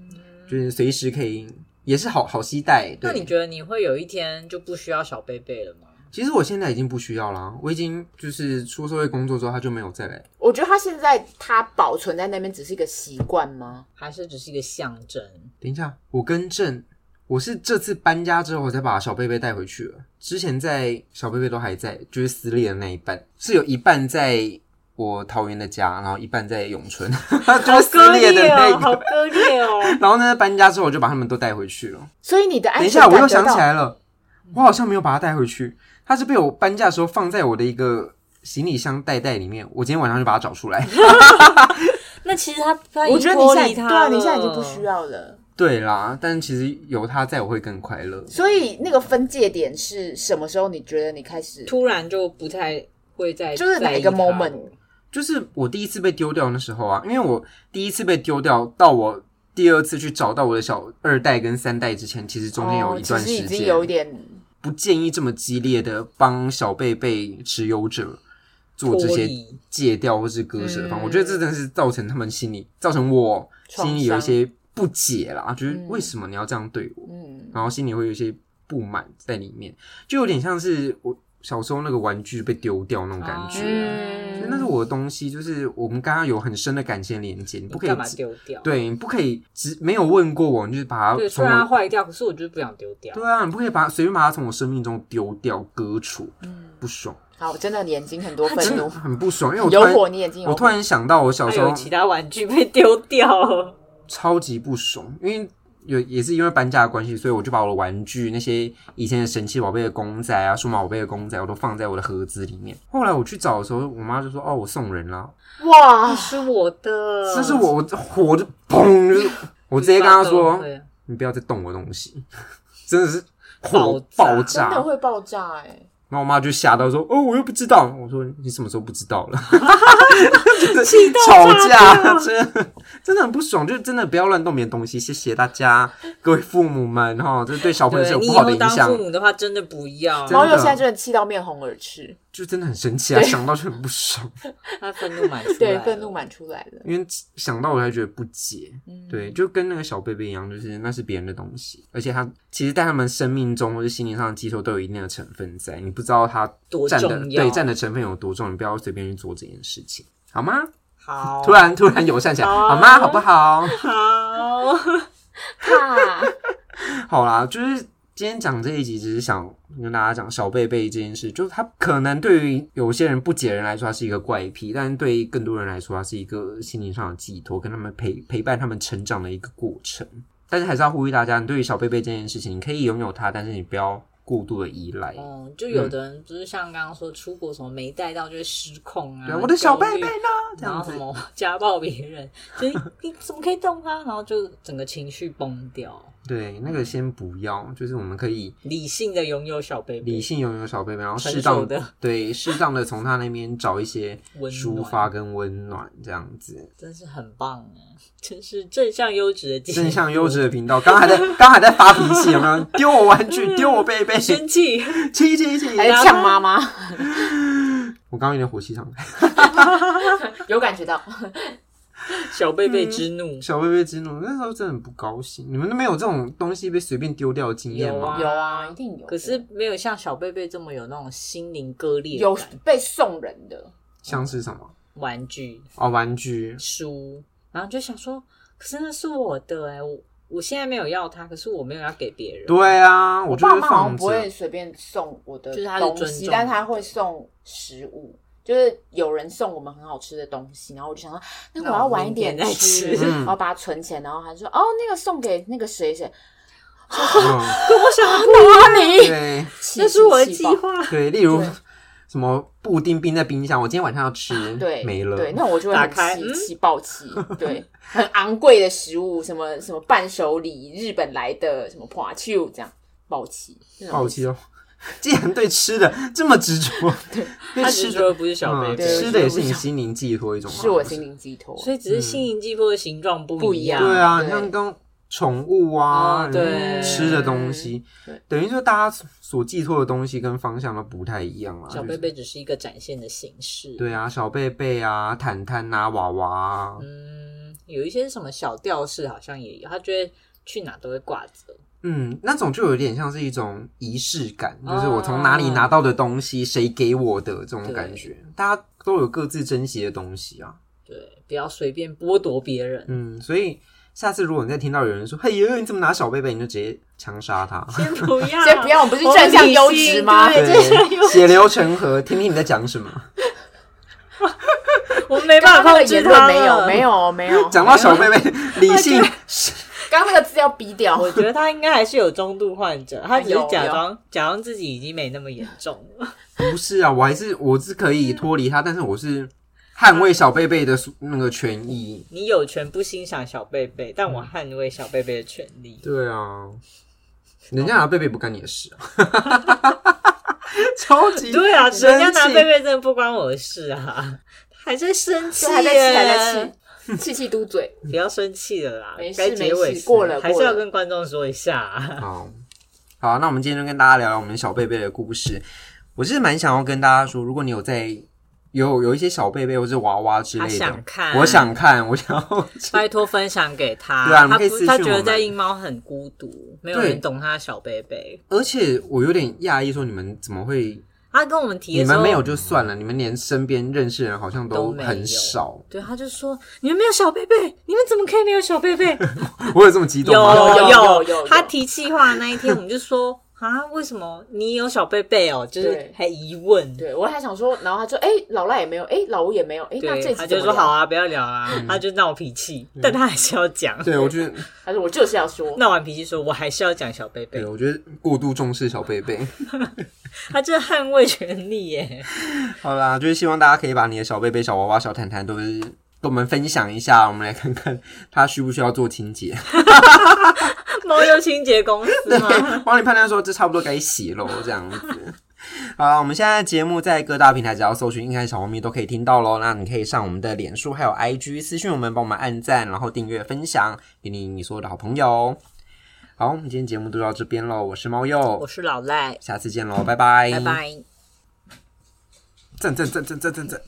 S1: 就是随时可以，也是好好携带。
S2: 那你
S1: 对，
S2: 觉得你会有一天就不需要小贝贝了吗？
S1: 其实我现在已经不需要啦，我已经就是出社会工作之后，他就没有再来。
S3: 我觉得他现在他保存在那边只是一个习惯吗？
S2: 还是只是一个象征？
S1: 等一下，我更正，我是这次搬家之后我才把小贝贝带回去了。之前在小贝贝都还在，就是撕裂的那一半，是有一半在我桃园的家，然后一半在永春， [LAUGHS] 就是撕裂的那一
S2: 好
S1: 个。
S2: 割裂哦！
S1: [LAUGHS] 然后呢，搬家之后我就把他们都带回去了。
S3: 哎所以你的安
S1: 等一
S3: 全
S1: 下，
S3: 感
S1: 我又
S3: 得
S1: 想
S3: 到
S1: 起，来了，我好像没有把它带回去，它是被我搬家的时候放在我的一个行李箱袋袋里面。我今天晚上就把它找出来。
S2: 那其实他，他
S3: 我觉得你现在对啊，
S2: 他，
S3: 你现在已经不需。要了。
S1: [LAUGHS] 对啦，但其实有它在，我会更快乐。
S3: 所以那个分界点是什么时候？你觉得你开始
S2: 突然就不太会再
S3: 就是哪一个
S2: 在意它
S3: moment？
S1: 就是我第一次被丢掉那时候啊，因为我第一次被丢掉到我第二次去找到我的小二代跟三代之前，其实中间有
S3: 哦
S1: 一段
S3: 其实
S1: 时
S3: 已经
S1: 间，
S3: 有一点
S1: 不建议这么激烈的帮小贝贝持有者做这
S2: 脱
S1: 些
S2: 离
S1: 戒掉或是割舍的方法。
S3: 嗯
S1: 我觉得这真的是造成他们心里，造成我心里有一些不解啦，就是为什么你要这样对我？
S3: 嗯，
S1: 然后心里会有一些不满在里面，就有点像是我小时候那个玩具被丢掉那种感觉、啊。
S3: 嗯
S1: 那是我的东西，就是我们刚刚有很深的感情连接，你不
S2: 你
S1: 可以
S2: 干嘛
S1: 只
S2: 丢掉？
S1: 对，你啊不可以只没有问过我，你就是把它
S2: 对，虽
S1: 从
S2: 然它
S1: 我
S2: 坏掉，可是我就是不想丢掉。
S1: 对啊，你不可以把它随便把它从我生命中丢掉、割除，不爽，
S3: 好，真的你眼睛很多愤
S1: 真的 [LAUGHS]
S3: 怒，
S1: 很不爽，因为我突
S3: 有火，
S1: 然
S3: 你眼睛有
S1: 我
S3: 火，
S1: 突然想到我小
S2: 还
S1: 时
S2: 有
S1: 候
S2: 其他玩具被丢掉，
S1: 超级不爽，因为。有也是因为搬家的关系，所以我就把我的玩具那些以前的神奇宝贝的公仔啊、数码宝贝的公仔，我都放在我的盒子里面。后来我去找的时候，我妈就说：“哦，我送人了。”
S2: 那
S3: 哇，
S2: 是我
S3: 嗯
S2: 的，
S1: 这是我我火就砰，就是我直接跟他说：“
S2: 对
S1: [LAUGHS] 你不要再动我的东西，真的是火
S2: 爆炸
S1: 爆
S3: 真
S1: 炸
S3: 的会爆炸哎！
S1: 然后我妈就吓到说：“哦，我又不知道。”我说：“你什么时候不知道
S2: [LAUGHS]
S1: 了？”就是
S2: 气到
S1: 吵架，
S2: 炸掉
S1: [LAUGHS] 真的真的很不爽，就真的不要乱动别人东西。谢谢大家，各位父母们哈，这对小朋友是
S2: 对
S1: 有
S2: 你
S1: 不
S2: 以
S1: 好的
S2: 后
S1: 影
S2: 当
S1: 响
S2: 父，母的话，真的不要，
S1: 真
S3: 猫
S1: 的
S3: 友现在真的气到面红耳赤，
S1: 就真的很生气啊，想到就很不爽，
S2: 他愤怒满出来，
S3: 对，愤怒。满出来了。
S1: 因为想到我还觉得不解。
S3: 嗯，
S1: 对，就跟那个小贝贝一样，就是那是别人的东西，而且他其实在他们生命中或者心灵上的寄托都有一定的成分在，你不知道他
S2: 多
S1: 占的
S2: 重要
S1: 对占的成分有多重，你不要随便去做这件事情，好吗？
S2: 好，
S1: [LAUGHS] 突然突然友善起来，
S2: 哦
S3: 好
S1: 好吗？好不好？
S2: 好，
S3: 怕
S1: 好啦，就是今天讲这一集，只是想跟大家讲小贝贝这件事，就是他可能对于有些人不解的人来说，他是一个怪癖，但是对于更多人来说，他是一个心灵上的寄托，跟他们陪陪伴他们成长的一个过程。但是还是要呼吁大家，你对于小贝贝这件事情，你可以拥有它，但是你不要过度的依赖。 [LAUGHS]
S2: 哦，就有的人就是像刚刚说出国什么没带到就会失控啊
S1: 对，，我的小贝贝
S2: 焦虑
S1: 呢？这
S2: 然
S1: 样
S2: 后
S1: 子
S2: 什，么 [LAUGHS] 家暴别人，就是你怎么可以动他？然后就整个情绪崩掉。
S1: 对，那个先不要，就是我们可以
S2: 理性的拥有小贝
S1: 理
S2: 贝，
S1: 性拥有小贝贝，然后
S2: 成
S1: 适当
S2: 熟的
S1: 对适当的从他那边找一些
S2: 温
S1: 抒
S2: 暖
S1: 发跟温暖，这样
S2: [LAUGHS]
S1: 子。
S2: 真是很棒啊！真是正向优质的节目
S1: 正向优质的 [LAUGHS] 频道，刚刚还在刚刚还在发脾气，有没有？丢我玩具，丢我贝贝，气
S2: [LAUGHS] 生气，
S1: 气气！
S3: 还呛妈妈，
S1: 我刚刚有点火气上来。
S3: 有感
S2: [LAUGHS]
S3: 觉到。
S2: 小贝贝之怒。
S1: 小贝贝之怒，那时候真的很不高兴。你们都没有这种东西被随便丢掉的经验
S2: 有
S1: 吗
S2: 啊？
S3: 有啊，一定有。
S2: 可是没有像小贝贝这么有那种心灵割裂
S3: 有
S2: 感
S3: 被送人的，
S1: 像是什么
S2: 玩具
S1: 哦，玩具，
S2: 书，然后就想说，可是那是我的哎、我我现在没有要它，可是我没有要给别人。
S1: 对啊，
S3: 我
S1: 我就
S3: 爸
S1: 会
S3: 妈好像
S1: 放
S3: 不
S1: 着。
S3: 会随便送我的
S2: 就是他是
S3: 东
S2: 尊
S3: 西，
S2: 重
S3: 但
S2: 的
S3: 他会送食物。就是有人送我们很好吃的东西，然后我就想说，那
S2: 那
S3: 我要
S2: 我们
S3: 晚一点
S2: 明天再
S3: 吃，
S2: 吃
S1: 嗯
S3: 然后把它存钱，然后他就说，哦，那个送给那个谁谁，
S1: 嗯，
S2: 跟我想要的
S3: 哇你，
S1: 对
S3: 气
S2: 那是我的
S3: 气
S2: 计
S3: 气爆
S2: 划。
S1: 对，例如
S3: 对
S1: 什么布丁冰在冰箱，我今天晚上要吃，
S3: 对，
S1: 没了。
S3: 对，那我就会很
S2: 打开
S3: 气
S2: 嗯
S3: 气爆气，
S2: [LAUGHS]
S3: 对，很昂贵的食物，什么什么伴手礼，日本来的什么花球这样，爆气，那种
S1: 好奇哦，竟然对吃的这么执着，对
S2: 他
S1: 吃
S2: 只
S1: 的
S2: 说不是小贝
S1: 嗯，
S2: 贝，
S3: 对
S1: 吃的也是你心灵寄托一
S2: 哦
S1: 种方式，啊
S3: 是我心灵寄托，
S2: 所以只是心灵寄托的形状
S3: 不
S2: 不一
S3: 一样
S1: 对啊，你
S3: 对
S1: 像跟宠物啊，
S2: 哦对
S1: 吃的东西
S3: 对，
S1: 等于说大家所寄托的东西跟方向都不太一样啊。
S2: 小
S1: 就是
S2: 贝贝只是一个展现的形式。，
S1: 对啊，小贝贝啊，坦坦啊，娃娃啊，
S2: 嗯，有一些什么小吊饰好像也有，他觉得去哪都会挂着。
S1: 嗯，那种就有点像是一种仪式感，
S2: 哦
S1: 就是我从哪里拿到的东西，谁给我的这种感觉。大家都有各自珍惜的东西啊，
S2: 对，不要随便剥夺别人。
S1: 嗯，所以下次如果你再听到有人说“嘿呦，你怎么拿小贝贝”，你就直接枪杀他。
S2: 先不要，
S3: [LAUGHS] 先不要，我们不是正向优质吗？
S2: 对这是
S1: 对，血流成河，听听你在讲什么。
S2: 我们没办
S3: 刚刚
S2: 法
S3: 那个
S2: 控制
S3: 言
S2: 他
S3: 论
S2: 了
S3: 没有，没。有，没有。
S1: 讲到小贝贝，理
S2: 啊
S1: 性
S3: [LAUGHS] 刚刚那个字要逼 [LAUGHS] 掉，
S2: 我觉得他应该还是有中度患者，他只是
S3: 有
S2: 假
S3: 有
S2: 装假装自己已经没那么严重了。 [LAUGHS]
S1: 不是啊，我还是我是可以脱离他，但是我是捍卫小贝贝的那个权益。
S2: 你有权不欣赏小贝贝，但我捍卫小贝贝的权利。
S3: 嗯
S1: 对啊，人家拿贝贝不干你的事啊， [LAUGHS] 超级
S2: 对啊，
S1: 生
S2: 人家拿
S1: 气
S2: 贝贝真的不关我的事啊， [LAUGHS] 还在生气
S3: 就
S2: 耶，
S3: 还在吃，还在吃，气气嘟嘴。
S2: 不要生气了啦
S3: 没，事
S2: 该结尾
S3: 没事过了
S2: 还是
S3: 过了
S2: 要跟观众说一下啊。
S1: [LAUGHS]
S2: [LAUGHS]
S1: 好，好，那我们今天就跟大家聊聊我们小贝贝的故事。我是蛮想要跟大家说，如果你有在有有一些小贝贝或是娃娃之类的，
S2: 他想看
S1: 我想看，我 [LAUGHS] 想要
S2: 拜托分享给他，
S1: 对啊你
S2: 他
S1: 可以
S2: 不
S1: 私讯
S2: 他
S1: 我
S2: 觉得
S1: 们
S2: 在硬猫很孤独，没有
S1: 对
S2: 人懂他的小贝贝。
S1: 而且我有点讶异，说你们怎么会？
S2: 他跟我们提
S1: 你
S2: 的时
S1: 们
S2: 候，
S1: 没有就算了，你们连身边认识的人好像
S2: 都没有
S1: 很少。
S2: 对，他就说你们没有小贝贝，你们怎么可以没有小贝贝？
S1: 我有这么激动
S2: 有
S1: 吗？
S3: 有有
S2: 有
S3: 有
S2: 他提气话那一天，我们就
S3: [LAUGHS]
S2: 说啊，为什么你有小贝贝哦？就是
S3: 对
S2: 还疑问，
S3: 对我还想说，然后他说：“哎，老赖也没有，哎，老吴也没有，哎，那这
S2: 对，
S3: 次
S2: 他
S3: 怎
S2: 就
S3: 么嗯
S2: 说
S3: 聊
S2: 好。啊，不要聊啊，他就闹脾气，但他还是要讲。
S1: 对，我觉
S2: [LAUGHS]
S1: 得，”
S3: 他说：“我就是要说，
S2: 闹完脾气说，我还是要讲小贝贝
S1: 对，，我觉得过度重视小贝贝。 [LAUGHS]
S2: 他这捍卫权利
S3: [LAUGHS]
S2: 耶。
S1: 好啦，就是希望大家可以把你的小贝贝、小娃娃、小坦坦都是跟我们分享一下，我们来看看他需不需要做清洁。
S2: 猫又清洁公司
S1: [LAUGHS]
S2: 吗？
S1: 帮你判断说这差不多该洗喽，这样子。好了，我们现在节目在各大平台只要搜寻“硬汉小猫咪”都可以听到喽。那你可以上我们的脸书还有 IG 私讯我们，帮我们按赞，然后订阅分享给你你所有的好朋友。好，我们今天节目就到这边喽。我是猫
S2: 我
S1: 鼬，
S2: 是老赖，
S1: 下次见喽，拜拜，
S2: 拜，拜。
S1: 赞赞赞赞赞赞赞。